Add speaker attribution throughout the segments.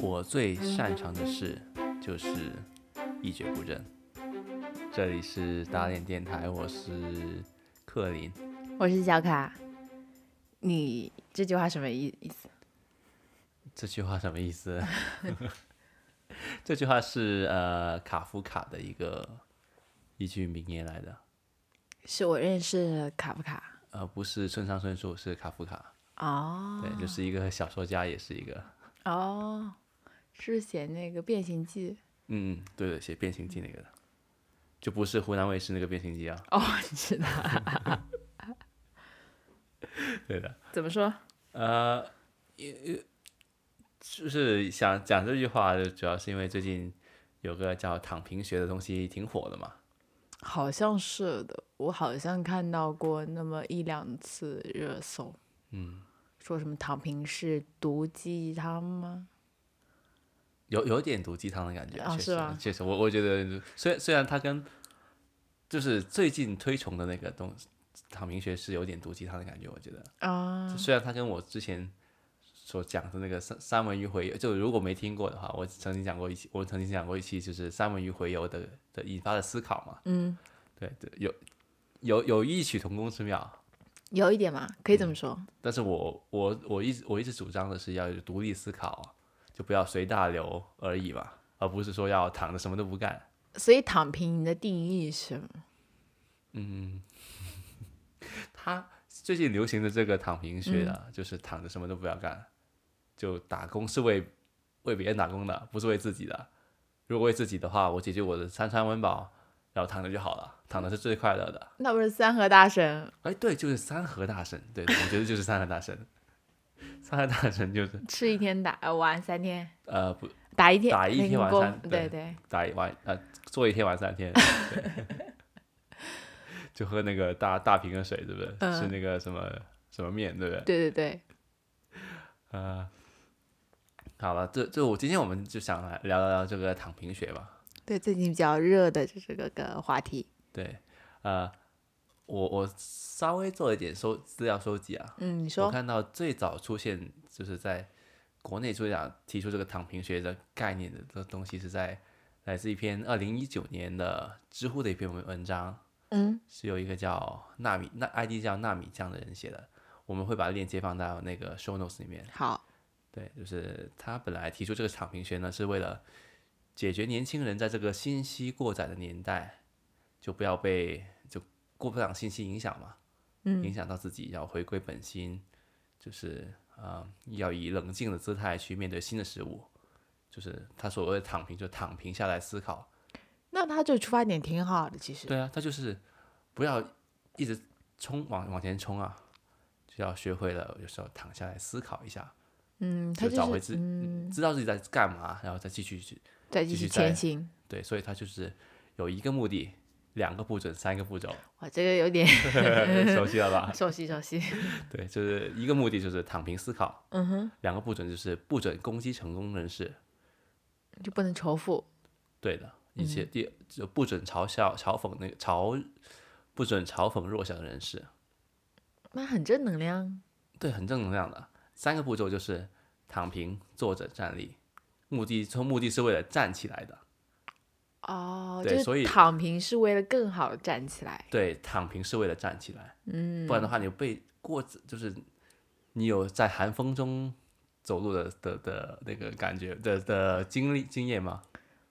Speaker 1: 我最擅长的事就是一蹶不振。这里是打脸电台，我是克林。
Speaker 2: 我是小卡，你这句话什么意意思？
Speaker 1: 这句话什么意思？ 这句话是呃卡夫卡的一个一句名言来的，
Speaker 2: 是我认识的卡夫卡
Speaker 1: 呃不是村上春树，是卡夫卡，
Speaker 2: 哦
Speaker 1: 对，就是一个小说家，也是一个
Speaker 2: 哦，是写那个《变形记
Speaker 1: 嗯嗯对对，写变形记那个的，就不是湖南卫视那个变形记啊，》
Speaker 2: 哦， 知道。
Speaker 1: 对的。
Speaker 2: 怎么说？
Speaker 1: 呃，也就是想讲这句话，就主要是因为最近有个叫“躺平学”的东西挺火的嘛。
Speaker 2: 好像是的，我好像看到过那么一两次热搜，
Speaker 1: 嗯，
Speaker 2: 说什么躺平是毒鸡汤吗？
Speaker 1: 有有点毒鸡汤的感觉，
Speaker 2: 啊
Speaker 1: 确
Speaker 2: 是
Speaker 1: 实
Speaker 2: 吧，
Speaker 1: 确实，我我觉得，虽虽然它跟就是最近推崇的那个东躺平学是有点毒鸡汤的感觉，我觉得，
Speaker 2: 啊，
Speaker 1: 虽然它跟我之前所讲的那个三三文鱼回游，就如果没听过的话，我曾经讲过一期，我曾经讲过一期就是三文鱼回游的的引发的思考嘛，
Speaker 2: 嗯，
Speaker 1: 对对，有有有异曲同工之妙，
Speaker 2: 有一点嘛，可以这么说。
Speaker 1: 但是我我我一直我一直主张的是要有独立思考，就不要随大流而已嘛，而不是说要躺着什么都不干。
Speaker 2: 所以躺平，你的定义是什么？
Speaker 1: 他最近流行的这个躺平学啊，就是躺着什么都不要干，就打工是为为别人打工的，不是为自己的。如果为自己的话，我解决我的三餐温饱，然后躺着就好了，躺着是最快乐的。
Speaker 2: 那不是三和大神
Speaker 1: 哎，对，就是三和大神，对，我觉得就是三和大神， 三和大神就是
Speaker 2: 吃一天打呃玩三天，
Speaker 1: 呃不
Speaker 2: 打一天
Speaker 1: 打一天
Speaker 2: 零
Speaker 1: 晚
Speaker 2: 工
Speaker 1: 餐对
Speaker 2: 对对，
Speaker 1: 打一玩呃做一天玩三天， 对就喝那个大大瓶的水，对不对？
Speaker 2: 嗯
Speaker 1: 吃那个什么什么面，对不对？
Speaker 2: 对对对，
Speaker 1: 呃，好了，这这我今天我们就想来聊聊这个躺平学吧。
Speaker 2: 对最近比较热的这个个话题，
Speaker 1: 对，呃，我我稍微做一点收资料收集啊，
Speaker 2: 嗯，你
Speaker 1: 我
Speaker 2: 说，
Speaker 1: 看到最早出现就是在国内作家提出这个躺平学的概念的这东西是在来自一篇二零一九年的知乎的一篇文文章，
Speaker 2: 嗯，
Speaker 1: 是由一个叫纳米那 ID 叫纳米酱的人写的，我们会把链接放到那个 show notes 里面。
Speaker 2: 好，
Speaker 1: 对，就是他本来提出这个躺平学呢，是为了解决年轻人在这个信息过载的年代，就不要被就过不了信息影响嘛，影
Speaker 2: 嗯
Speaker 1: 响到自己，要回归本心，就是啊、呃要以冷静的姿态去面对新的事物，就是他所谓的躺平，就躺平下来思考。
Speaker 2: 那他这出发点挺好的，其实，
Speaker 1: 对啊，他就是不要一直冲往往前冲啊，就要学会了有时候躺下来思考一下，
Speaker 2: 嗯，他
Speaker 1: 就找回
Speaker 2: 就
Speaker 1: 自
Speaker 2: 是嗯，
Speaker 1: 知道自己在干嘛，然后再继续去
Speaker 2: 再
Speaker 1: 继
Speaker 2: 继续
Speaker 1: 续在
Speaker 2: 前行。
Speaker 1: 对，所以他就是有一个目的，两个步骤，三个步 骤，
Speaker 2: 哇，这个 有点
Speaker 1: 熟悉了吧？
Speaker 2: 熟悉熟悉，
Speaker 1: 对，就是一个目的就是躺平思考，
Speaker 2: 嗯哼，
Speaker 1: 两个不准就是不准攻击成功人士，
Speaker 2: 就不能重复，
Speaker 1: 对的，一些
Speaker 2: 嗯
Speaker 1: 第就不准嘲笑、嘲讽那个嘲，不准嘲讽弱小的人士，
Speaker 2: 那很正能量。
Speaker 1: 对，很正能量的。三个步骤就是躺平、坐着、站立，目的从目的是为了站起来的，
Speaker 2: 哦，
Speaker 1: 对
Speaker 2: 就是
Speaker 1: 所以
Speaker 2: 躺平是为了更好地站起来。
Speaker 1: 对，躺平是为了站起来。
Speaker 2: 嗯
Speaker 1: 不然的话你被过就是你有在寒风中走路的的的那个感觉的的经历经验吗？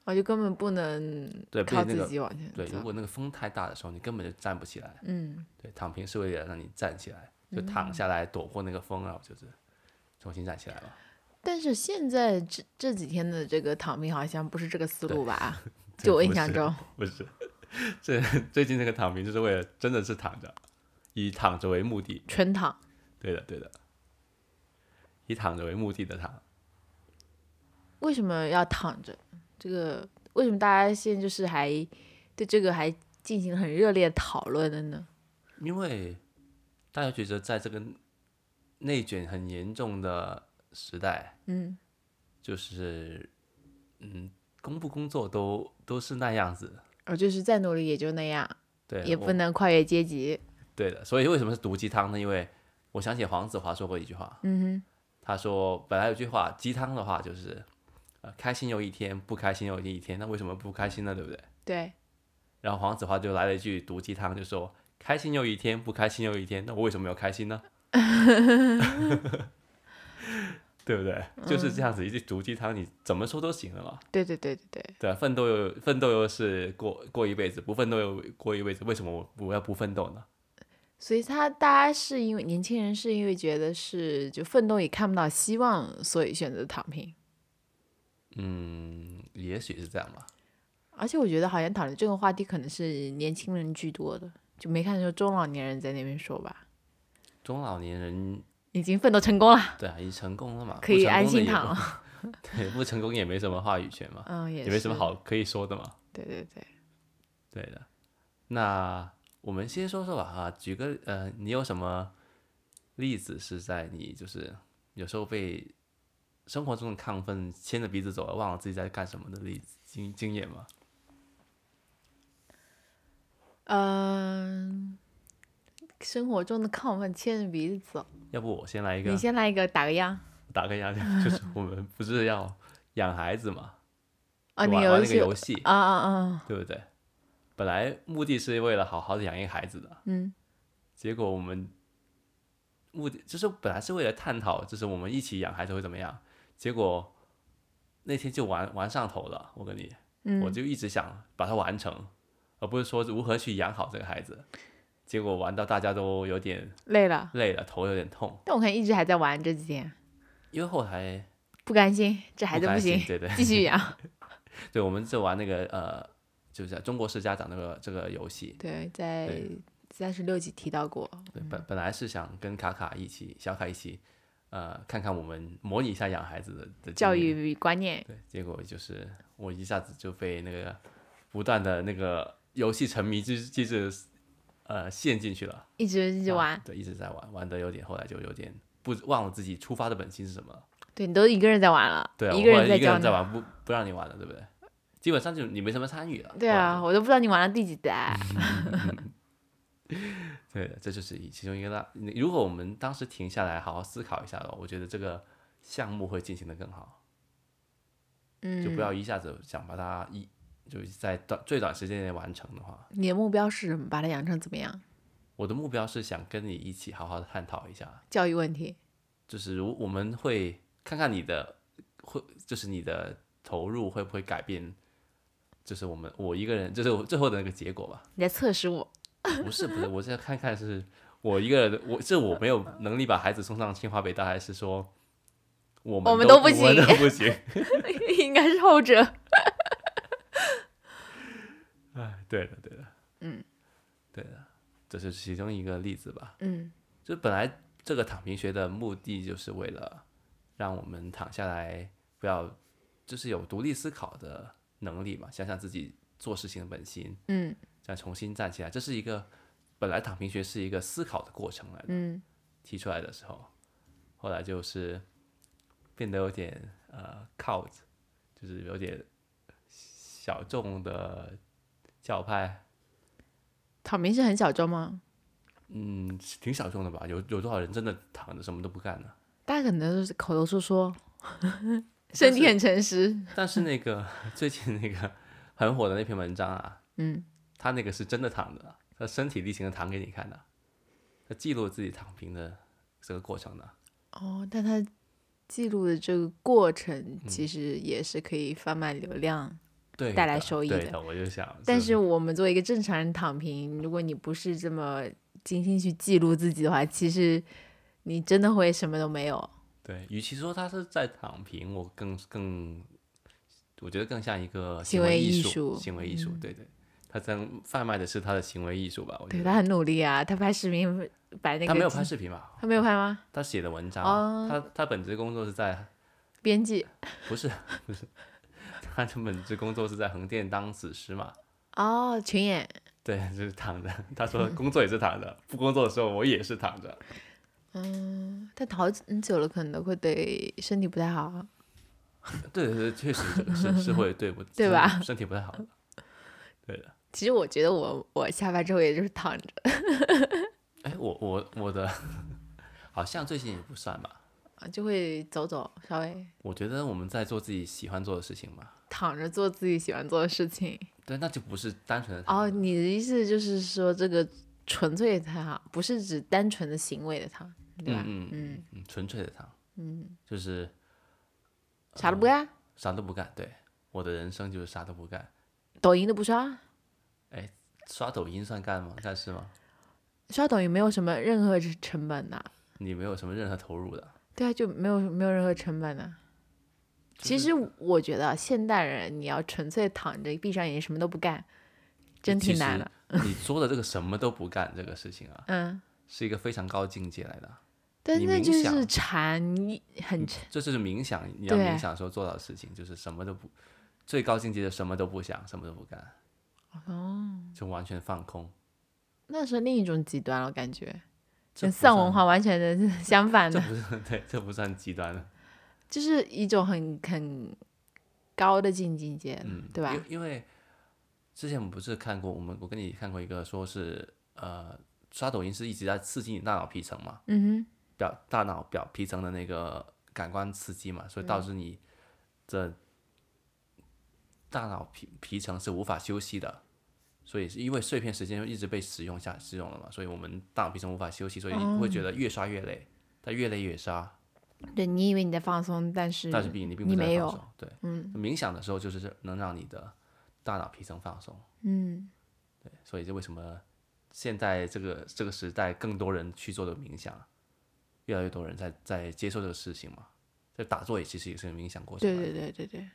Speaker 2: 我哦就根本不能
Speaker 1: 对呃被
Speaker 2: 嗯靠
Speaker 1: 那
Speaker 2: 自
Speaker 1: 个
Speaker 2: 己往前
Speaker 1: 对，如
Speaker 2: 走。
Speaker 1: 果那个风太大的时候，你根本就站不起来。
Speaker 2: 嗯，
Speaker 1: 对，躺平是为了让你站起来，就躺下来躲过那个风，然后就是重新站起来了。
Speaker 2: 但是现在这这几天的这个躺平好像不是这个思
Speaker 1: 对
Speaker 2: 路吧？
Speaker 1: 这
Speaker 2: 就我
Speaker 1: 不
Speaker 2: 印象
Speaker 1: 是
Speaker 2: 中，
Speaker 1: 不是，这最近那个躺平就是为了真的是躺着，以躺着为目的。
Speaker 2: 纯躺。
Speaker 1: 对的，对的，以躺着为目的的躺。
Speaker 2: 为什么要躺着？这个为什么大家现在就是还对这个还进行了很热烈的讨论的呢？
Speaker 1: 因为大家觉得在这个内卷很严重的时代，
Speaker 2: 嗯，
Speaker 1: 就是嗯，工不工作都都是那样子，
Speaker 2: 我哦就是再努力也就那样，
Speaker 1: 对，
Speaker 2: 也
Speaker 1: 我
Speaker 2: 不能跨越阶级。
Speaker 1: 对的。所以为什么是毒鸡汤呢？因为我想起黄子华说过一句话，
Speaker 2: 嗯
Speaker 1: 他说本来有句话鸡汤的话就是，呃，开心又一天，不开心又一天，那为什么不开心呢？对不对？
Speaker 2: 哼，对，
Speaker 1: 然后黄子华就来了一句毒鸡汤，就说开心又一天，不开心又一天，那我为什么要开 心呢？ 对不对？就是这样子一句毒鸡汤，你怎么说都行了嘛。
Speaker 2: 对对对对对，
Speaker 1: 对啊，奋斗又奋斗又是过过一辈子，不奋斗又过一辈子，为什么我我要不奋斗呢？
Speaker 2: 所以他大家是因为年轻人是因为觉得是就奋斗也看不到希望，所以选择躺平。
Speaker 1: 嗯，也许是这样吧。
Speaker 2: 而且我觉得好像讨论这个话题可能是年轻人居多的，就没看说中老年人在那边说吧，
Speaker 1: 中老年人
Speaker 2: 已经奋斗成功了，
Speaker 1: 对啊，已经成功了嘛，
Speaker 2: 可
Speaker 1: 不
Speaker 2: 以
Speaker 1: 成
Speaker 2: 安
Speaker 1: 功的
Speaker 2: 心
Speaker 1: 也
Speaker 2: 躺
Speaker 1: 不
Speaker 2: 了。
Speaker 1: 对，不成功也没什么话语权嘛，
Speaker 2: 嗯，也
Speaker 1: 也没什么
Speaker 2: 是。
Speaker 1: 好可以说的嘛。
Speaker 2: 对对对，
Speaker 1: 对的，那我们先说说吧哈，举个呃，你有什么例子是在你就是有时候被生活中的亢奋牵着鼻子走，忘了自己在干什么的例子经经验吗？
Speaker 2: 嗯、生活中的亢奋牵着鼻子走。
Speaker 1: 要不我先来一个
Speaker 2: 你，先来一个打个样
Speaker 1: 打个样， 就是我们不是要养孩子嘛，
Speaker 2: 啊，
Speaker 1: 就
Speaker 2: 你
Speaker 1: 玩
Speaker 2: 有
Speaker 1: 玩
Speaker 2: 一
Speaker 1: 那个
Speaker 2: 些
Speaker 1: 游戏，
Speaker 2: 啊啊啊，
Speaker 1: 对不对？本来目的是为了好好的养一个孩子的，
Speaker 2: 嗯，
Speaker 1: 结果我们目的就是本来是为了探讨，就是我们一起养孩子会怎么样，结果那天就玩玩上头了。我跟你，
Speaker 2: 嗯
Speaker 1: 我就一直想把它完成，而不是说如何去养好这个孩子。结果玩到大家都有点
Speaker 2: 累了，
Speaker 1: 累了，头有点痛，
Speaker 2: 但我看一直还在玩这几天，
Speaker 1: 因为后来
Speaker 2: 不甘心，这孩子
Speaker 1: 甘心
Speaker 2: 行，
Speaker 1: 对对
Speaker 2: 继 续养，
Speaker 1: 对，我们就玩那个呃，就是中国式家长这个这个游戏。
Speaker 2: 对，在
Speaker 1: 对
Speaker 2: 三十六集提到过，
Speaker 1: 对，本本来是想跟卡卡一起，小卡一起，呃，看看我们模拟一下养孩子的的经
Speaker 2: 教
Speaker 1: 验
Speaker 2: 育观念，
Speaker 1: 对，结果就是我一下子就被那个不断的那个游戏沉迷机机制，呃，陷进去了，
Speaker 2: 一直一直
Speaker 1: 啊
Speaker 2: 玩，
Speaker 1: 对，一直在玩，玩的有点，后来就有点不忘了自己出发的本心是什么了。
Speaker 2: 对你都一个人在玩了，
Speaker 1: 对啊，
Speaker 2: 一
Speaker 1: 我
Speaker 2: 个
Speaker 1: 后来
Speaker 2: 人在
Speaker 1: 一个
Speaker 2: 教
Speaker 1: 人在
Speaker 2: 你，
Speaker 1: 玩，不不让你玩了，对不对？基本上就你没什么参与了。
Speaker 2: 对
Speaker 1: 后来
Speaker 2: 啊，我都不知道你玩了第几 代，
Speaker 1: 对的，这就是一其中一个大。你如果我们当时停下来好好思考一下的话，我觉得这个项目会进行的更好，就不
Speaker 2: 嗯，
Speaker 1: 要一下子想把它一就是在短最短时间内完成的话，
Speaker 2: 你的目标是什么？把它养成怎么样？
Speaker 1: 我的目标是想跟你一起好好的探讨一下，
Speaker 2: 教育问题，
Speaker 1: 就是如我们会看看你的会就是你的投入会不会改变，就是我们我一个人就是我最后的那个结果吧。
Speaker 2: 你在测试我，
Speaker 1: 不是不是，我是要看看是我一个人，我是我没有能力把孩子送上清华北大，还是说我们
Speaker 2: 我们
Speaker 1: 都
Speaker 2: 都不
Speaker 1: 我们
Speaker 2: 行
Speaker 1: 都不行。
Speaker 2: 应该是后者，
Speaker 1: 哎，对的对的，嗯，对的，这是其中一个例子吧。
Speaker 2: 嗯
Speaker 1: 就本来这个躺平学的目的就是为了让我们躺下来，不要就是有独立思考的能力嘛，想想自己做事情的本心，
Speaker 2: 嗯
Speaker 1: 再重新站起来。这是一个本来躺平学是一个思考的过程来的。
Speaker 2: 嗯，
Speaker 1: 提出来的时候，后来就是变得有点呃 cult，就是有点小众的教派，
Speaker 2: 躺平是很小众吗？
Speaker 1: 嗯，挺小众的吧？有有多少人真的躺着什么都不干呢？
Speaker 2: 大家可能都是口头说说，
Speaker 1: 是
Speaker 2: 身体很诚实。
Speaker 1: 但是那个 最近那个很火的那篇文章啊，
Speaker 2: 嗯，
Speaker 1: 他那个是真的躺着，他身体力行的躺给你看的，他记录自己躺平的这个过程的。
Speaker 2: 哦，但他记录的这个过程
Speaker 1: 嗯
Speaker 2: 其实也是可以贩卖流量，
Speaker 1: 对的，
Speaker 2: 带来收益
Speaker 1: 对
Speaker 2: 的
Speaker 1: 的，我就想，
Speaker 2: 但
Speaker 1: 是
Speaker 2: 是我们作为一个正常人躺平，如果你不是这么精心去记录自己的话，其实你真的会什么都没有。
Speaker 1: 对，与其说他是在躺平，我更更，我觉得更像一个
Speaker 2: 行为艺
Speaker 1: 艺
Speaker 2: 术嗯
Speaker 1: 行为艺术，对对，他在贩卖的是他的行为艺术吧？我觉得
Speaker 2: 对他很努力啊，他拍视频，把那个
Speaker 1: 他没有拍视频吧？
Speaker 2: 他没有拍吗？
Speaker 1: 他写的文章，
Speaker 2: 哦
Speaker 1: 他他本职工作是在
Speaker 2: 编辑
Speaker 1: 不是不是，他的本职工作是在横店当死尸嘛？
Speaker 2: 哦，群演
Speaker 1: 对，就是躺着。他 说工作也是躺着，不工作的时候我也是躺着。
Speaker 2: 但好嗯久了，可能会对身体不太好啊。
Speaker 1: 对对对，确实这个是是会 对不
Speaker 2: 对吧
Speaker 1: 身体身体不太好的。对的。
Speaker 2: 其实我觉得我我下班之后也就是躺着，
Speaker 1: 哎，我我我的 好像最近也不算吧。
Speaker 2: 啊就会走走，稍微
Speaker 1: 我觉得我们在做自己喜欢做的事情嘛，
Speaker 2: 躺着做自己喜欢做的事情。
Speaker 1: 对，那就不是单纯的躺
Speaker 2: 哦，你的意思就是说这个纯粹的他，不是指单纯的行为的他，对吧？
Speaker 1: 嗯嗯嗯，纯粹的躺，嗯，就是
Speaker 2: 啥都不干，
Speaker 1: 啥都不干。对，我的人生就是啥都不干。
Speaker 2: 抖音都不刷，
Speaker 1: 刷抖音算干吗？干是吗？
Speaker 2: 刷抖音没有什么任何成本的、
Speaker 1: 你没有什么任何投入的，
Speaker 2: 对啊，就没有没有任何成本的、其实我觉得现代人，你要纯粹躺着闭上眼睛什么都不干，真挺难的。。
Speaker 1: 你说的这个什么都不干这个事情啊，
Speaker 2: 嗯，
Speaker 1: 是一个非常高境界来的，
Speaker 2: 但
Speaker 1: 你
Speaker 2: 那
Speaker 1: 冥
Speaker 2: 就是
Speaker 1: 想嗯
Speaker 2: 禅，你很禅
Speaker 1: 这就是冥想。你要
Speaker 2: 对
Speaker 1: 冥想的时候做到的事情，就是什么都不，最高境界的什么都不想，什么都不干，哦，就完全放空。
Speaker 2: 那是另一种极端了，我感觉
Speaker 1: 这
Speaker 2: 跟
Speaker 1: 不
Speaker 2: 丧
Speaker 1: 算
Speaker 2: 文化完全的 相反
Speaker 1: 这
Speaker 2: 的，
Speaker 1: 不是 对，这不算极端的，
Speaker 2: 就是一种很很高的境境界了，
Speaker 1: 嗯，
Speaker 2: 对吧
Speaker 1: 因？因为之前我们不是看过，我们我跟你看过一个，说是呃，刷抖音是一直在刺激你大脑皮层嘛，
Speaker 2: 嗯
Speaker 1: 表大脑表皮层的那个感官刺激嘛，所以导致你的大脑皮皮层是无法休息的，所以是因为碎片时间一直被使用下使用了嘛，所以我们大脑皮层无法休息，所以会觉得越刷越累，它越累越刷，
Speaker 2: 哼，对你以为你在放松，但是
Speaker 1: 但是并你并不
Speaker 2: 你
Speaker 1: 是在
Speaker 2: 没
Speaker 1: 放
Speaker 2: 有
Speaker 1: 松，对，嗯，冥想的时候就是能让你的大脑皮层放松，
Speaker 2: 嗯，
Speaker 1: 对，所以这为什么现在这个这个时代更多人去做的冥想，越来越多人在在接受这个事情嘛，这打坐也其实也是冥想过程
Speaker 2: 对
Speaker 1: 嘛。
Speaker 2: 对对对对，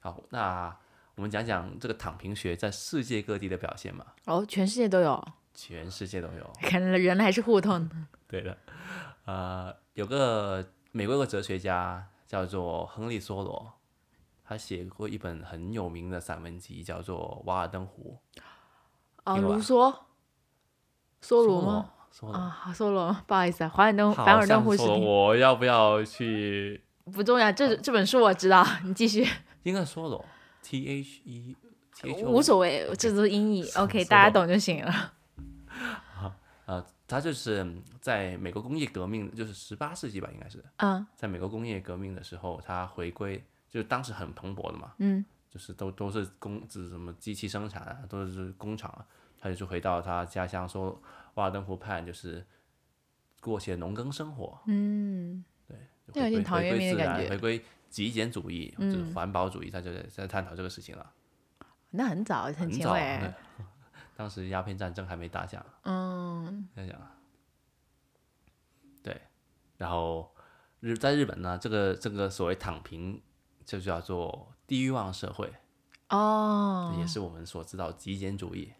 Speaker 1: 好，那我们讲讲这个躺平学在世界各地的表现嘛，
Speaker 2: 哦，全世界都有，
Speaker 1: 全世界都有，
Speaker 2: 看来人还是互通的，
Speaker 1: 对的，呃，有个美国有个哲学家叫做亨利·梭罗，他写过一本很有名的散文集，叫做《瓦尔登湖
Speaker 2: 哦，
Speaker 1: 另外
Speaker 2: 卢梭，》。梭
Speaker 1: 罗
Speaker 2: 罗吗？？
Speaker 1: 啊梭罗，
Speaker 2: 啊，好梭罗，不好意思啊，华尔登
Speaker 1: 好
Speaker 2: 凡尔登
Speaker 1: 像
Speaker 2: 湖是
Speaker 1: 梭罗我要不要去？
Speaker 2: 不重要，这这本书我知道，你继续，
Speaker 1: 应该是梭罗，T H E T H O，
Speaker 2: 无所谓，这都是音译，OK，
Speaker 1: 梭
Speaker 2: 大家
Speaker 1: 罗
Speaker 2: 懂就行了。
Speaker 1: 呃，他就是在美国工业革命，就是十八世纪吧，应该是
Speaker 2: 嗯
Speaker 1: 在美国工业革命的时候，他回归，就是当时很蓬勃的嘛，
Speaker 2: 嗯，
Speaker 1: 就是都都是工，就是什么机器生产啊，都是工厂啊，他就是回到他家乡说瓦尔登湖畔，就是过些农耕生活，
Speaker 2: 嗯，
Speaker 1: 回
Speaker 2: 那有
Speaker 1: 归
Speaker 2: 点陶
Speaker 1: 回
Speaker 2: 渊
Speaker 1: 归
Speaker 2: 明
Speaker 1: 自
Speaker 2: 的感
Speaker 1: 然，
Speaker 2: 觉嗯
Speaker 1: 回归极简主义，就是环保主义，他就在在探讨这个事情了，
Speaker 2: 那很早，
Speaker 1: 很
Speaker 2: 前
Speaker 1: 早啊，
Speaker 2: 卫哎
Speaker 1: 对。当时鸦片战争还没打响。
Speaker 2: 嗯，
Speaker 1: 在讲，对，然后日在日本呢，这个这个所谓躺平，就叫做地欲望社会，
Speaker 2: 哦，
Speaker 1: 也是我们所知道极简主义、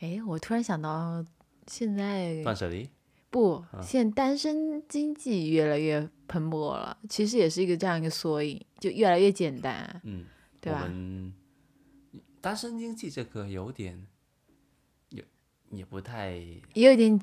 Speaker 2: 哎，我突然想到，现在
Speaker 1: 断啊舍离。
Speaker 2: 不，现在单身经济越来越蓬勃了，其实也是一个这样一个缩影，就越来越简单，
Speaker 1: 嗯，
Speaker 2: 对啊
Speaker 1: 我
Speaker 2: 吧？
Speaker 1: 们单身经济这个有点，也也不太，
Speaker 2: 也有点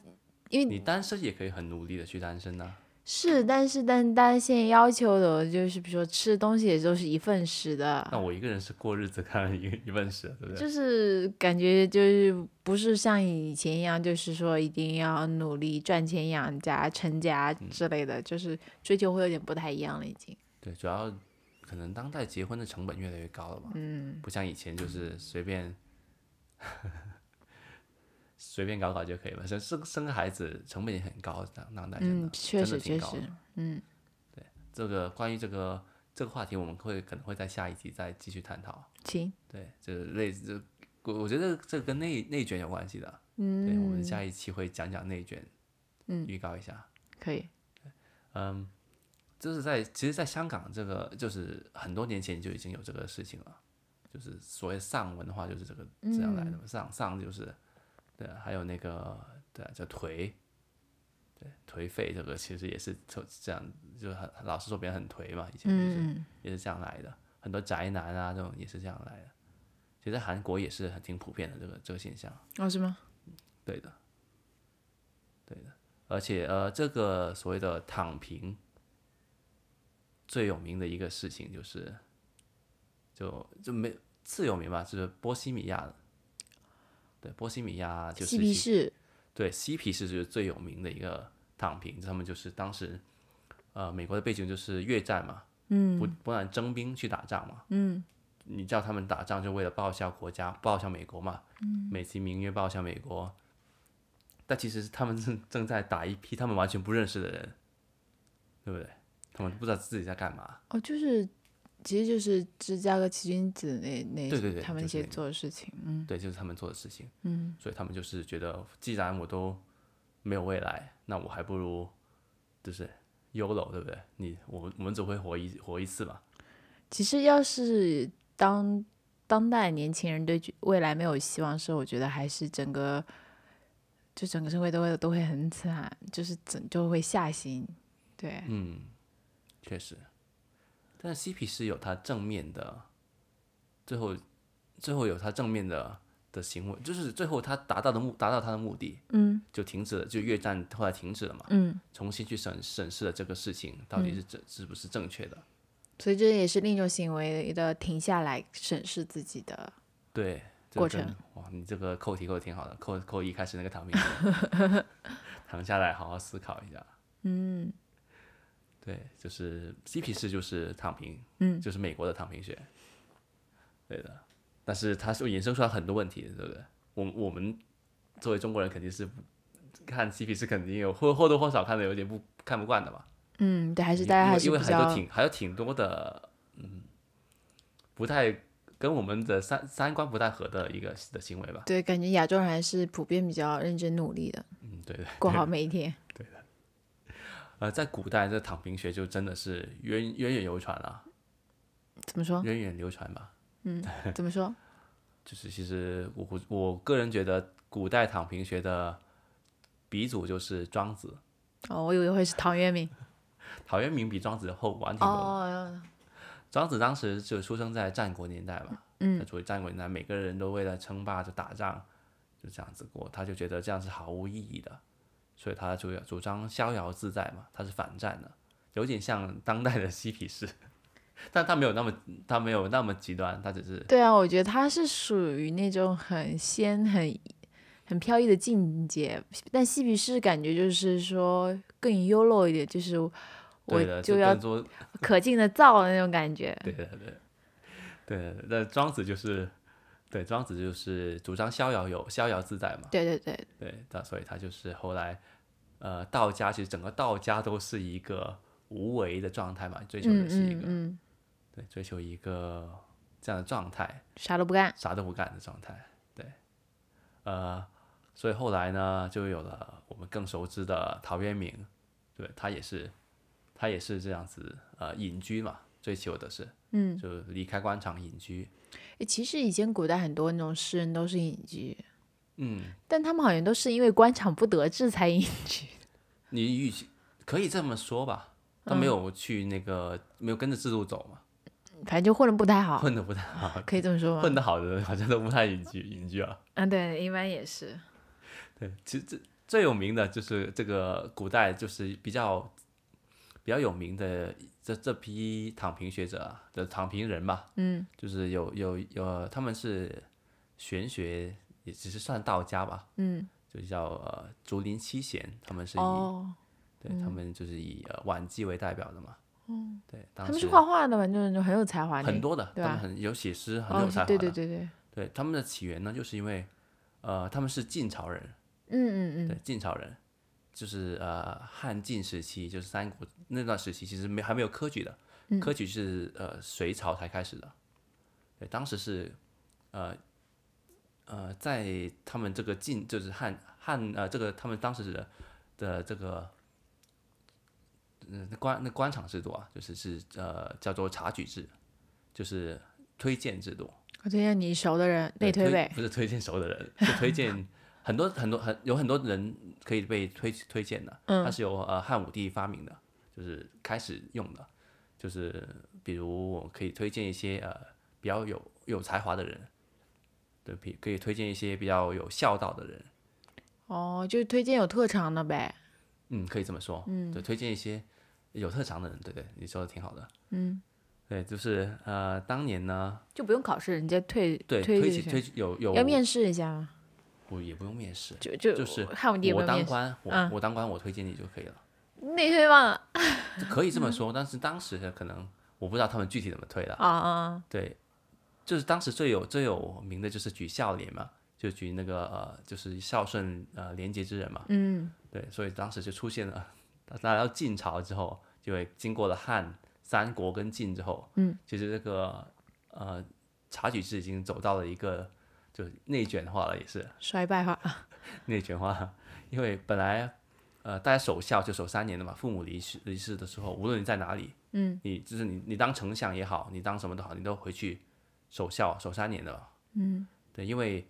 Speaker 2: 哎
Speaker 1: 你单身也可以很努力的去单身呐、
Speaker 2: 啊是，但是但但现在要求的就是，比如说吃东西也都是一份食的，
Speaker 1: 那我一个人是过日子，看了一个一份食，对不对？
Speaker 2: 就是感觉就是不是像以前一样，就是说一定要努力赚钱养家、成家
Speaker 1: 嗯
Speaker 2: 之类的，就是追求会有点不太一样了，已经。
Speaker 1: 对，主要可能当代结婚的成本越来越高了吧。
Speaker 2: 嗯，
Speaker 1: 不像以前就是随便 随便搞搞就可以了。生生生个孩子成本也很高，当当代真的
Speaker 2: 嗯，确
Speaker 1: 真的
Speaker 2: 实
Speaker 1: 挺
Speaker 2: 确
Speaker 1: 高
Speaker 2: 实
Speaker 1: 的。，
Speaker 2: 嗯，
Speaker 1: 这个关于这个这个话题，我们会可能会在下一集再继续探讨。
Speaker 2: 行，
Speaker 1: 对，就是类似，我我觉得这个跟内内卷有关系的。对，我们
Speaker 2: 嗯，
Speaker 1: 下一期会讲讲内卷，
Speaker 2: 嗯
Speaker 1: 预告一下。
Speaker 2: 可以，
Speaker 1: 嗯，就是在其实，在香港这个就是很多年前就已经有这个事情了，就是所谓丧文化就是这个这样来的嘛，丧丧就是对啊，还有那个对啊叫颓，对颓废这个其实也是就这样，就很老是说别人很颓嘛，以前就是、
Speaker 2: 嗯，
Speaker 1: 也是这样来的，很多宅男啊这种也是这样来的，其实在韩国也是很挺普遍的这个这个现象。
Speaker 2: 哦，是吗？
Speaker 1: 对的，对的，而且呃，这个所谓的躺平，最有名的一个事情就是，就就没次有名吧，就是波西米亚的，对，波西米亚就是
Speaker 2: 嬉
Speaker 1: 西
Speaker 2: 皮士，
Speaker 1: 对，嬉皮士是最有名的一个躺平，他们就是当时，呃，美国的背景就是越战嘛，嗯，不不然征兵去打仗嘛，嗯，你叫他们打仗就为了报效国家，报效美国嘛，嗯，美其名曰报效美国，但其实是他们正正在打一批他们完全不认识的人，对不对？他们不知道自己在干嘛，
Speaker 2: 哦，就是，其实就是芝加哥七君子那那
Speaker 1: 对对对
Speaker 2: 他们
Speaker 1: 就是
Speaker 2: 那些
Speaker 1: 那个
Speaker 2: 做的事情，嗯
Speaker 1: 对，就是他们做的事情，
Speaker 2: 嗯，
Speaker 1: 所以他们就是觉得，既然我都没有未来，那我还不如就是 YOLO，对不对？你我我们只会活一活一次嘛，
Speaker 2: 其实要是当当代年轻人对觉未来没有希望的时候，我觉得还是整个就整个社会都会都会很惨，就是整就会下行，对，
Speaker 1: 嗯，确实，但嬉皮士有它正面的，最后最后有它正面的的行为，就是最后他达到的目达到他的目的，
Speaker 2: 嗯
Speaker 1: 就停止了，就越战后来停止了嘛，
Speaker 2: 嗯，
Speaker 1: 重新去审审视了这个事情到底是正、是不是正确的，
Speaker 2: 所以这也是另一种行为的停下来审视自己的，
Speaker 1: 对这
Speaker 2: 过
Speaker 1: 跟
Speaker 2: 程。
Speaker 1: 哇，你这个扣题扣的挺好的，扣扣一开始那个躺平， 躺下来好好思考一下。
Speaker 2: 嗯
Speaker 1: 对，就是嬉皮士就是躺平，
Speaker 2: 嗯
Speaker 1: 就是美国的躺平学。对的，但是它是衍生出来很多问题的，对不对？我我们作为中国人，肯定是不看嬉皮士，肯定有或或多或少看的有点不看不惯的嘛。
Speaker 2: 嗯，对，还是
Speaker 1: 因
Speaker 2: 大家
Speaker 1: 因为
Speaker 2: 还是
Speaker 1: 因为
Speaker 2: 比
Speaker 1: 还有
Speaker 2: 较
Speaker 1: 挺还有挺多的，嗯，不太跟我们的三三观不太合的一个的行为吧。
Speaker 2: 对，感觉亚洲人还是普遍比较认真努力的，
Speaker 1: 嗯，对对。
Speaker 2: 过好每一天。
Speaker 1: 呃，在古代，这躺平学就真的是源源远流传了，
Speaker 2: 怎 么说？
Speaker 1: 源远流传吧。
Speaker 2: 怎么说？
Speaker 1: 就是其实我我我个人觉得，古代躺平学的鼻祖就是庄子，
Speaker 2: 哦，我以为会是 陶渊明。
Speaker 1: 陶渊明比庄子后晚挺多的。
Speaker 2: 哦，
Speaker 1: 庄子当时就出生在战国年代嘛，嗯，在处于战国年代，每个人都为了称霸就打仗，就这样子过，他就觉得这样是毫无意义的，所以他主主张逍遥自在嘛，他是反战的，有点像当代的嬉皮士， 但他没有那么他没有那么极端，他只是
Speaker 2: 对啊，我觉得他是属于那种很仙、很很飘逸的境界，但嬉皮士感觉就是说更优柔一点，就是
Speaker 1: 对
Speaker 2: 我
Speaker 1: 的，
Speaker 2: 就要
Speaker 1: 更多
Speaker 2: 可劲的造的那种感觉。
Speaker 1: 对的，对的，对的。那庄子就是，对庄子就是主张逍遥游、逍遥自在嘛。
Speaker 2: 对对对，
Speaker 1: 对，那所以他就是后来，呃，道家其实整个道家都是一个无为的状态嘛，追求
Speaker 2: 嗯
Speaker 1: 的是一
Speaker 2: 嗯
Speaker 1: 个、
Speaker 2: 嗯，
Speaker 1: 对追求一个这样的状态，
Speaker 2: 啥都不干。
Speaker 1: 啥都不干的状态。对，呃，所以后来呢，就有了我们更熟知的陶渊明，对他也是，他也是这样子，呃，隐居嘛，追求的是，
Speaker 2: 嗯，
Speaker 1: 就离开官场隐居。
Speaker 2: 诶其实以前古代很多那种诗人都是隐居，
Speaker 1: 嗯，
Speaker 2: 但他们好像都是因为官场不得志才隐居。
Speaker 1: 你与其可以这么说吧，他
Speaker 2: 嗯
Speaker 1: 没有去那个，没有跟着制度走嘛，
Speaker 2: 反正就混的不太好，
Speaker 1: 混的不太好，
Speaker 2: 可以这么说吗？
Speaker 1: 混的好的人好像都不太隐居隐居啊。
Speaker 2: 啊，对，一般也是。
Speaker 1: 对，其实这最有名的就是这个古代就是比较比较有名的这这批躺平学者啊的躺平人吧，
Speaker 2: 嗯，
Speaker 1: 就是有有有他们是玄学，也只是算道家吧，
Speaker 2: 嗯，
Speaker 1: 就叫呃竹林七贤，他们是以、
Speaker 2: 哦，
Speaker 1: 对他们就是以呃晚季为代表的嘛，嗯，对，当
Speaker 2: 哦他们是
Speaker 1: 时
Speaker 2: 画画的吧？就是很有才华那
Speaker 1: 很
Speaker 2: 种，
Speaker 1: 多的，
Speaker 2: 对
Speaker 1: 他
Speaker 2: 吧
Speaker 1: 们很有写诗，很
Speaker 2: 哦
Speaker 1: 有
Speaker 2: 是
Speaker 1: 才华的，
Speaker 2: 对对对对，
Speaker 1: 对他们的起源呢，就是因为呃他们是晋朝人，
Speaker 2: 嗯嗯
Speaker 1: 对
Speaker 2: 嗯，，
Speaker 1: 晋朝人，就是呃汉晋时期，就是三国那段时期，其实没还没有科举的，科举是呃隋朝才开始的，对，当时是呃呃在他们这个晋就是汉汉呃这个他们当时的的这个。嗯，那官那官场制度啊，就是是呃叫做察举制，就是推荐制度。
Speaker 2: 我推荐你熟的人
Speaker 1: 对
Speaker 2: 内 推呗，
Speaker 1: 不是推荐熟的人，是推荐很多很多很有很多人可以被推推荐的，它是由呃汉武帝发明的，就是开始用的，就是比如我可以推荐一些呃比较有有才华的人，对，比可以推荐一些比较有孝道的人，
Speaker 2: 哦，就推荐有特长的呗，
Speaker 1: 嗯，可以这么说，嗯，对，推荐一些有特长的人，对对，你说的挺好的，
Speaker 2: 嗯，
Speaker 1: 对，就是呃当年呢，
Speaker 2: 就不用考试，人家退
Speaker 1: 对
Speaker 2: 推
Speaker 1: 推
Speaker 2: 就
Speaker 1: 起推
Speaker 2: 行，
Speaker 1: 举有有
Speaker 2: 要面试一下吗？
Speaker 1: 不也不用面试，
Speaker 2: 就就
Speaker 1: 就是
Speaker 2: 看我爹有
Speaker 1: 我
Speaker 2: 没有
Speaker 1: 当
Speaker 2: 面试，
Speaker 1: 官，我
Speaker 2: 嗯
Speaker 1: 我当官，我推荐你就可以了，
Speaker 2: 内推忘了
Speaker 1: 就可以这
Speaker 2: 嗯
Speaker 1: 么说。但是当时可能我不知道他们具体怎么推的，
Speaker 2: 啊啊
Speaker 1: 对，就是当时最有最有名的就是举孝廉嘛，就举那个呃，就是孝顺呃廉洁之人嘛。
Speaker 2: 嗯
Speaker 1: 对，所以当时就出现了，那到晋朝之后，就会经过了汉、三国跟晋之后，
Speaker 2: 嗯，
Speaker 1: 其实这个呃察举制已经走到了一个就是内卷化了，也是
Speaker 2: 衰败化，
Speaker 1: 内卷化，因为本来呃大家守孝就守三年的嘛，父母离世离世的时候，无论你在哪里，
Speaker 2: 嗯，
Speaker 1: 你就是你你当丞相也好，你当什么都好，你都回去守孝守三年的嘛，
Speaker 2: 嗯
Speaker 1: 对，因为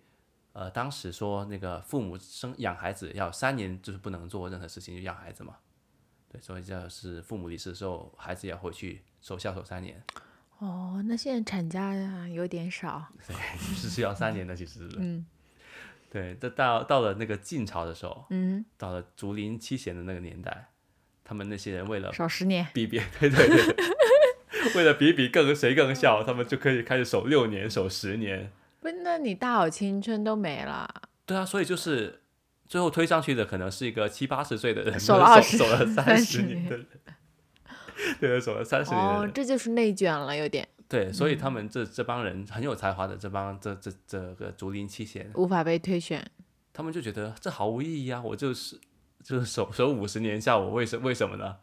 Speaker 1: 呃当时说那个父母生养孩子要三年就是不能做任何事情，就养孩子嘛。对，所以就是父母离世的时候，孩子也要回去守孝守三年，
Speaker 2: 哦，那现在产假有点少，
Speaker 1: 是需要三年的，其实是。
Speaker 2: 嗯
Speaker 1: 对，这到到了那个晋朝的时候，
Speaker 2: 嗯，
Speaker 1: 到了竹林七贤的那个年代，他们那些人为了
Speaker 2: 少十年，
Speaker 1: 嗯 比比，对对对对，为了比比更谁更孝，他们就可以开始守六年、守十年。
Speaker 2: 不是，那你大好青春都没了，
Speaker 1: 对啊，所以就是最后推上去的可能是一个七八十岁的人，
Speaker 2: 守了 20
Speaker 1: 守了三十
Speaker 2: 30
Speaker 1: 年的人，对，守了三十年的
Speaker 2: 哦，嗯
Speaker 1: 人，
Speaker 2: 这就是内卷了，有点
Speaker 1: 对，所以他们这这帮人很有才华的这帮这这这个竹林七贤，
Speaker 2: 无法被推选，
Speaker 1: 他们就觉得这毫无意义啊，我就是就是守守五十年下，我为什为什么呢？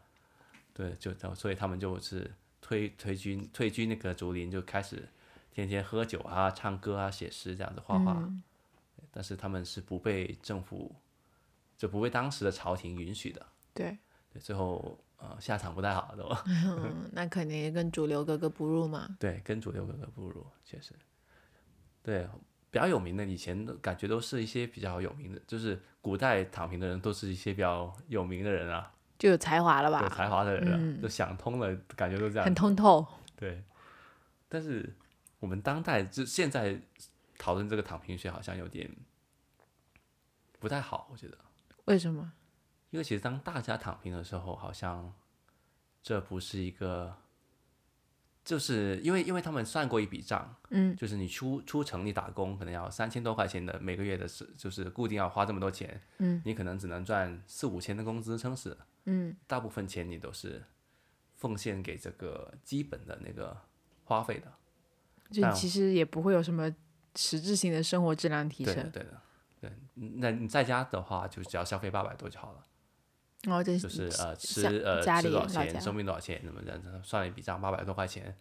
Speaker 1: 对，就所以他们就是退退居退居那个竹林，就开始天天喝酒啊、唱歌啊、写诗这样子画画，
Speaker 2: 嗯
Speaker 1: 但是他们是不被政府就不被当时的朝廷允许的，
Speaker 2: 对，
Speaker 1: 对，最后呃下场不太好的，
Speaker 2: 嗯，那肯定跟主流格格不入嘛，
Speaker 1: 对，跟主流格格不入，确实，对。比较有名的，以前都感觉都是一些比较有名的，就是古代躺平的人，都是一些比较有名的人啊。
Speaker 2: 就有才华了
Speaker 1: 有
Speaker 2: 吧，
Speaker 1: 才华的人、啊
Speaker 2: 嗯
Speaker 1: 都想通了，感觉都这样
Speaker 2: 很
Speaker 1: 子。
Speaker 2: 通透，
Speaker 1: 对，但是我们当代就现在讨论这个躺平学，好像有点不太好，我觉得，
Speaker 2: 为什么？
Speaker 1: 因为其实当大家躺平的时候，好像这不是一个，就是因为因为他们算过一笔账，
Speaker 2: 嗯，
Speaker 1: 就是你出出城你打工可能要三千多块钱的每个月的是就是固定要花这么多钱，
Speaker 2: 嗯，
Speaker 1: 你可能只能赚四五千的工资撑死，
Speaker 2: 嗯，
Speaker 1: 大部分钱你都是奉献给这个基本的那个花费的，
Speaker 2: 就
Speaker 1: 但
Speaker 2: 其实也不会有什么实质性的生活质量提
Speaker 1: 对的
Speaker 2: 升，
Speaker 1: 对的，对，那你在家的话就只要消费八百多就好了，
Speaker 2: 然后这
Speaker 1: 就是呃吃
Speaker 2: 像
Speaker 1: 呃
Speaker 2: 家
Speaker 1: 吃
Speaker 2: 里
Speaker 1: 多少
Speaker 2: 老
Speaker 1: 钱，
Speaker 2: 家
Speaker 1: 生病多少钱，怎么这样子算了一笔账，八百多块钱，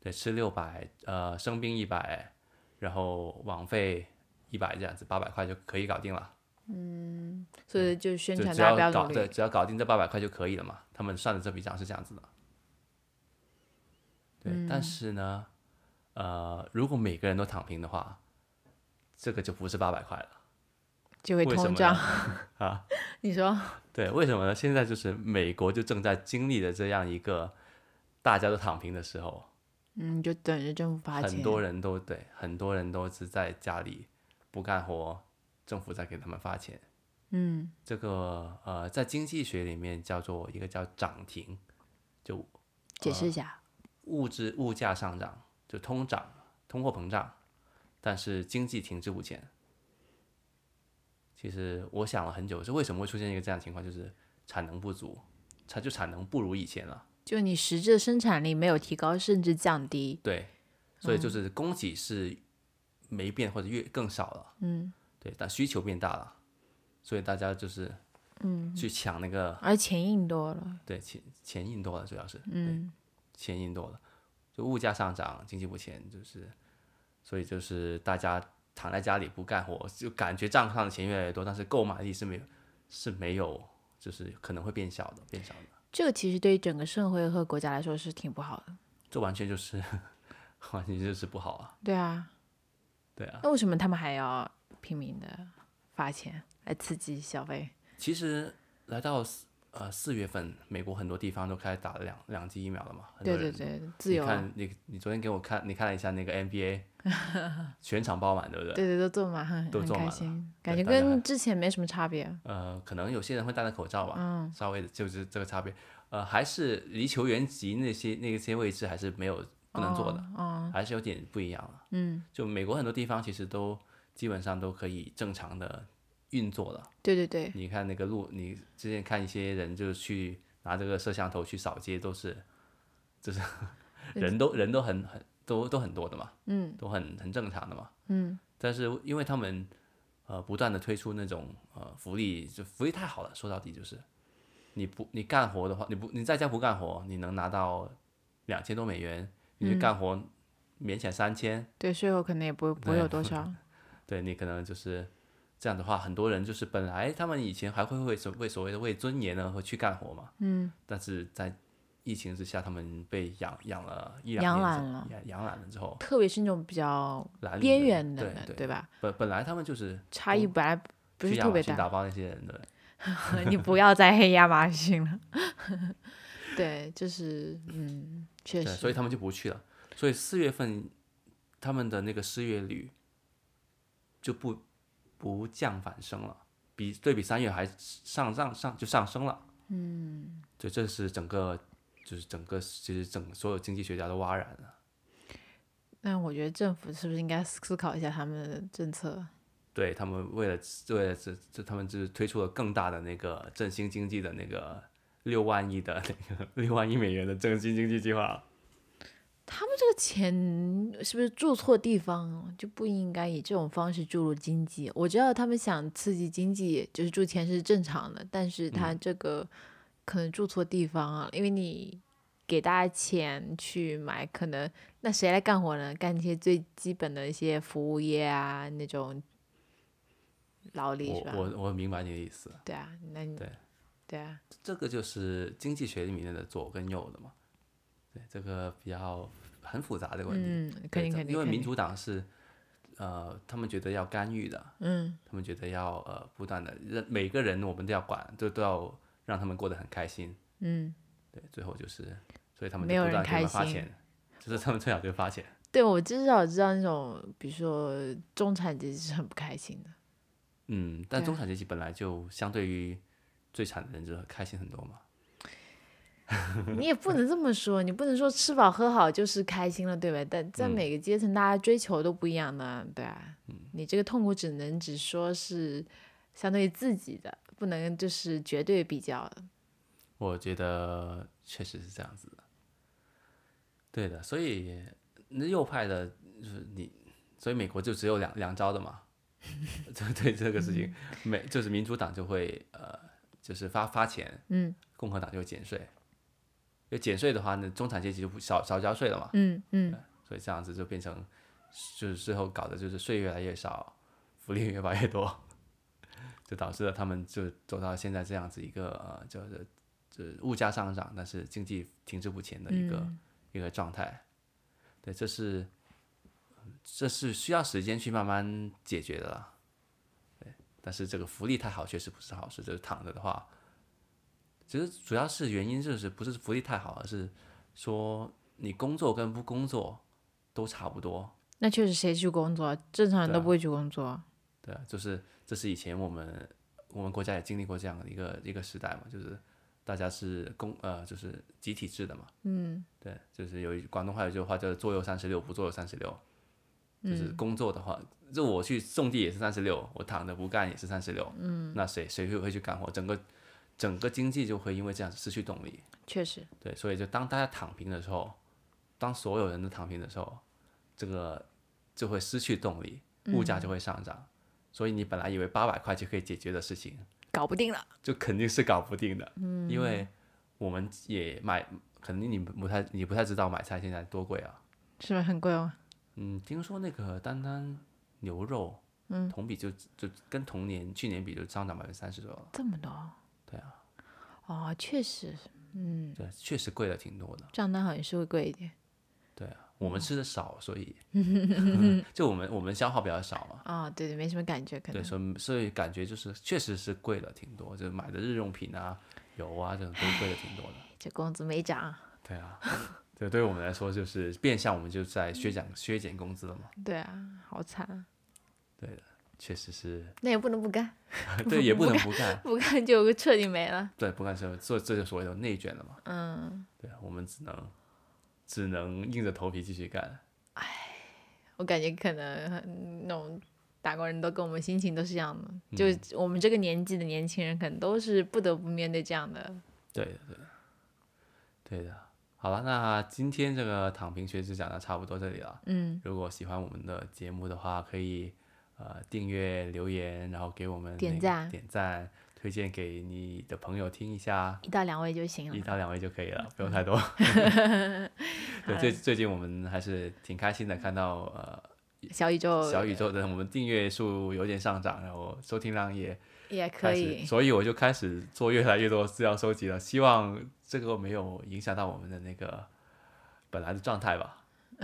Speaker 1: 对，吃六百，呃，生病一百，然后网费一百这样子，八百块就可以搞定了。
Speaker 2: 所以就宣
Speaker 1: 就
Speaker 2: 传
Speaker 1: 只
Speaker 2: 大家
Speaker 1: 要
Speaker 2: 不
Speaker 1: 搞
Speaker 2: 努
Speaker 1: 对，
Speaker 2: 力，
Speaker 1: 只要搞定这八百块就可以了嘛。他们算的这笔账是这样子的。对，
Speaker 2: 嗯
Speaker 1: 但是呢，呃，如果每个人都躺平的话，这个就不是八百块了。
Speaker 2: 就会
Speaker 1: 为什
Speaker 2: 通
Speaker 1: 么
Speaker 2: 胀
Speaker 1: 呢？
Speaker 2: 你说
Speaker 1: 对，为什么呢？现在就是美国就正在经历的这样一个大家都躺平的时候，
Speaker 2: 嗯，就等着政府发钱，
Speaker 1: 很多人都对，很多人都是在家里不干活，政府在给他们发钱。
Speaker 2: 嗯，
Speaker 1: 这个呃，在经济学里面叫做一个叫涨停，就
Speaker 2: 解
Speaker 1: 嗯
Speaker 2: 释一下，
Speaker 1: 物质物价上涨，就通胀、通货膨胀，但是经济停滞不前。其实我想了很久，是为什么会出现一个这样的情况，就是产能不足，产就产能不如以前了。
Speaker 2: 就你实质生产力没有提高，甚至降低，
Speaker 1: 对，所以就是供给是没变或者越更少了，
Speaker 2: 嗯，
Speaker 1: 对，但需求变大了，所以大家就是嗯去抢那个
Speaker 2: 而钱印多了，
Speaker 1: 对钱钱印多了，主要是对
Speaker 2: 嗯，
Speaker 1: 钱印多了，就物价上涨，经济不前，就是，所以就是大家躺在家里不干活，就感觉账上的钱越来越多，但是购买力是没有是没有，就是可能会变小的，变小的，
Speaker 2: 这个其实对于整个社会和国家来说是挺不好的，
Speaker 1: 这完全就是 完全就是不好啊，
Speaker 2: 对啊，
Speaker 1: 对啊，
Speaker 2: 那为什么他们还要拼命的发钱来刺激消费？
Speaker 1: 其实来到四呃四月份，美国很多地方都开始打了两两剂疫苗了嘛，很多
Speaker 2: 对对
Speaker 1: 人
Speaker 2: 对，自由
Speaker 1: 你
Speaker 2: 啊，
Speaker 1: 看你你昨天给我看你看了一下那个 NBA，全场爆满，对不对？
Speaker 2: 对对都坐满，很
Speaker 1: 都
Speaker 2: 很
Speaker 1: 坐满
Speaker 2: 开
Speaker 1: 了
Speaker 2: 心，
Speaker 1: 对
Speaker 2: 感觉
Speaker 1: 大家还
Speaker 2: 跟之前没什么差别。
Speaker 1: 呃，可能有些人会戴着口罩吧，稍微的就是这个差别。呃，还是离球员级那些那些位置还
Speaker 2: 哦
Speaker 1: 是没有不能做的，还是有点不一样了。嗯，就美国很多地方其实都基本上都可以正常的运作了。
Speaker 2: 对对对，
Speaker 1: 你看那个路，你之前看一些人就去拿这个摄像头去扫街，都是，就是人都人都很很都都很多的嘛，
Speaker 2: 嗯
Speaker 1: 都很很正常的嘛。
Speaker 2: 嗯，
Speaker 1: 但是因为他们呃不断的推出那种呃福利，就福利太好了，说到底就是你不你干活的话，你不你在家不干活，你能拿到两千多美元，你
Speaker 2: 嗯
Speaker 1: 去干活勉强三千、
Speaker 2: 对，税后可能也不会不会有多少，
Speaker 1: 对你可能就是这样的话，很多人就是本来他们以前还会为所为所谓的为尊严呢会去干活嘛，
Speaker 2: 嗯，
Speaker 1: 但是在疫情之下，他们被养养了一
Speaker 2: 养
Speaker 1: 两年
Speaker 2: 懒
Speaker 1: 之
Speaker 2: 了，
Speaker 1: 养养懒了之后，
Speaker 2: 特别是那种比较
Speaker 1: 蓝领
Speaker 2: 边
Speaker 1: 的
Speaker 2: 缘的
Speaker 1: 对
Speaker 2: 人，
Speaker 1: 对
Speaker 2: 对吧？
Speaker 1: 本本来他们就是
Speaker 2: 差异本来不
Speaker 1: 去
Speaker 2: 是
Speaker 1: 亚
Speaker 2: 特
Speaker 1: 马
Speaker 2: 别
Speaker 1: 逊
Speaker 2: 大，
Speaker 1: 打包那些人的，
Speaker 2: 你不要再黑亚马逊了。 对，就是嗯，确
Speaker 1: 对，
Speaker 2: 实，
Speaker 1: 所以他们就不去了。所以四月份他们的那个失业率就不不降反升了，比对比三月还上上上就上升了。嗯，对，这是整个就是整个其实整所有经济学家都哗然了。
Speaker 2: 但我觉得政府是不是应该思考一下他们的政策？
Speaker 1: 对他们为了为了这这他们就是推出了更大的那个振兴经济的那个六万亿的那个六万亿美元的振兴经济计划。
Speaker 2: 这个钱是不是注错地方了就不应该以这种方式注入经济？我知道他们想刺激经济，就是注钱是正常的，但
Speaker 1: 嗯
Speaker 2: 是他这个可能注错地方啊，因为你给大家钱去买，可能那谁来干活呢？干一些最基本的一些服务业啊，那种劳力
Speaker 1: 我
Speaker 2: 是吧？
Speaker 1: 我我明白你的意思。
Speaker 2: 对啊，那你
Speaker 1: 对
Speaker 2: 对啊，
Speaker 1: 这个就是经济学里面的左跟右的嘛。对，这个比较很复杂的问题。
Speaker 2: 嗯，肯
Speaker 1: 对
Speaker 2: 定
Speaker 1: 这
Speaker 2: 肯定，
Speaker 1: 因为
Speaker 2: 肯
Speaker 1: 民
Speaker 2: 定
Speaker 1: 主党是，呃，他们觉得要干预的，
Speaker 2: 嗯
Speaker 1: 他们觉得要呃不断的让每个人我们都要管，都都要让他们过得很开心。
Speaker 2: 嗯。
Speaker 1: 对，最后就是，所以他们
Speaker 2: 没
Speaker 1: 就
Speaker 2: 有
Speaker 1: 不
Speaker 2: 人
Speaker 1: 断地给他们
Speaker 2: 开
Speaker 1: 发
Speaker 2: 心
Speaker 1: 钱，就是他们最好就发钱。
Speaker 2: 对，我至少知道那种，比如说中产阶级是很不开 心的。
Speaker 1: 嗯，但
Speaker 2: 对啊
Speaker 1: 中产阶级本来就相对于最惨的人就开心很多嘛。
Speaker 2: 你也不能这么说，你不能说吃饱喝好就是开心了，对吧？但
Speaker 1: 嗯
Speaker 2: 在每个阶层，大家追求都不一样的，对啊。你这个痛苦只能只说是相对于自己的，不能就是绝对比较的。
Speaker 1: 我觉得确实是这样子的。对的，所以那右派的，就是你，所以美国就只有两两招的嘛。 就对这个事情，美就是民主党就会呃，就是发发钱，
Speaker 2: 嗯
Speaker 1: 共和党就会减税。要减税的话呢，中产阶级就不少少交税了嘛，
Speaker 2: 嗯嗯，
Speaker 1: 所以这样子就变成，就是最后搞的就是税越来越少，福利越来越多， 就导致了他们就走到现在这样子一个呃，就是就是物价上涨，但是经济停滞不前的一个、一个状态。对，这是这是需要时间去慢慢解决的啦。对，但是这个福利太好确实不是好事，就是躺着的话，其实主要是原因就是不是福利太好，而是说你工作跟不工作都差不多。
Speaker 2: 那确实谁去工作？正常人
Speaker 1: 对
Speaker 2: 都
Speaker 1: 啊
Speaker 2: 不会去工作。
Speaker 1: 对啊，就是这是以前我们我们国家也经历过这样的一个一个时代嘛，就是大家是公呃就是集体制的嘛，
Speaker 2: 嗯
Speaker 1: 对，就是有一广东话有一句话叫做“左右三十六，不左右三十六”，就是工作的话，就我去种地也是三十六，我躺着不干也是三十六，嗯，那谁谁会会去干活？整个整个经济就会因为这样失去动力，
Speaker 2: 确实，
Speaker 1: 对，所以就当大家躺平的时候，当所有人都躺平的时候，这个就会失去动力，物价就会上涨。所以你本来以为八百块就可以解决的事情，
Speaker 2: 搞不定了。
Speaker 1: 就肯定是搞不定的。嗯，因为我们也买，肯定你不太你不太知道买菜现在多贵啊。
Speaker 2: 是不是很贵哦？
Speaker 1: 嗯，听说那个单单牛肉，嗯，同比就就跟同年去年比就上涨百分之三十左右了。
Speaker 2: 这么多？
Speaker 1: 对
Speaker 2: 啊。哦，确实，
Speaker 1: 对，确实贵了挺多的。
Speaker 2: 账单好像是会贵一点。
Speaker 1: 对啊，我们吃的少，所 以就我们我们消耗比较少嘛。
Speaker 2: 啊、对对，没什么感觉，可能
Speaker 1: 对，所以所以感觉就是确实是贵了挺多，就是买的日用品啊、油啊这种都贵了挺多的。
Speaker 2: 这工资没涨。
Speaker 1: 对啊，对，对于我们来说就是变相我们就在削减削减工资了嘛，
Speaker 2: 对啊，好惨啊。
Speaker 1: 确实 是，
Speaker 2: 那也不能不干，
Speaker 1: 对，也不能不 干，
Speaker 2: 不干就彻底没了。
Speaker 1: 对，不干是这这就所谓的内卷了嘛。
Speaker 2: 嗯，
Speaker 1: 对啊，我们只能只能硬着头皮继续干。
Speaker 2: 我感觉可能嗯那种打工人都跟我们心情都是一样的，
Speaker 1: 嗯
Speaker 2: 就我们这个年纪的年轻人，可能都是不得不面对这样的。
Speaker 1: 对的，对的，对的。好了，那今天这个躺平学就讲的差不多这里了。
Speaker 2: 嗯，
Speaker 1: 如果喜欢我们的节目的话，可以呃订阅、留言，然后给我们
Speaker 2: 点
Speaker 1: 那个
Speaker 2: 赞
Speaker 1: 点赞，推荐给你的朋友听一下，
Speaker 2: 一到两位就行
Speaker 1: 一
Speaker 2: 了。嗯
Speaker 1: 到两位就可以了，不用太 多。对，最最近我们还是挺开心的，看到呃
Speaker 2: 小宇宙
Speaker 1: 小宇宙的我们订阅数有点上涨，然后收听量也
Speaker 2: 也
Speaker 1: 开
Speaker 2: 可
Speaker 1: 始，
Speaker 2: 以，
Speaker 1: 所以我就开始做越来越多资料收集了，希望这个没有影响到我们的那个本来的状态 吧。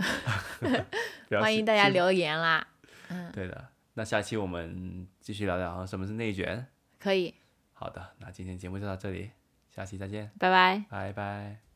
Speaker 1: 不要
Speaker 2: 欢迎
Speaker 1: 信
Speaker 2: 大家留言啦，
Speaker 1: 对的，那下期我们继续聊聊什么是内卷。
Speaker 2: 可以，
Speaker 1: 好的，那今天节目就到这里，下期再见，
Speaker 2: 拜拜。
Speaker 1: 拜拜。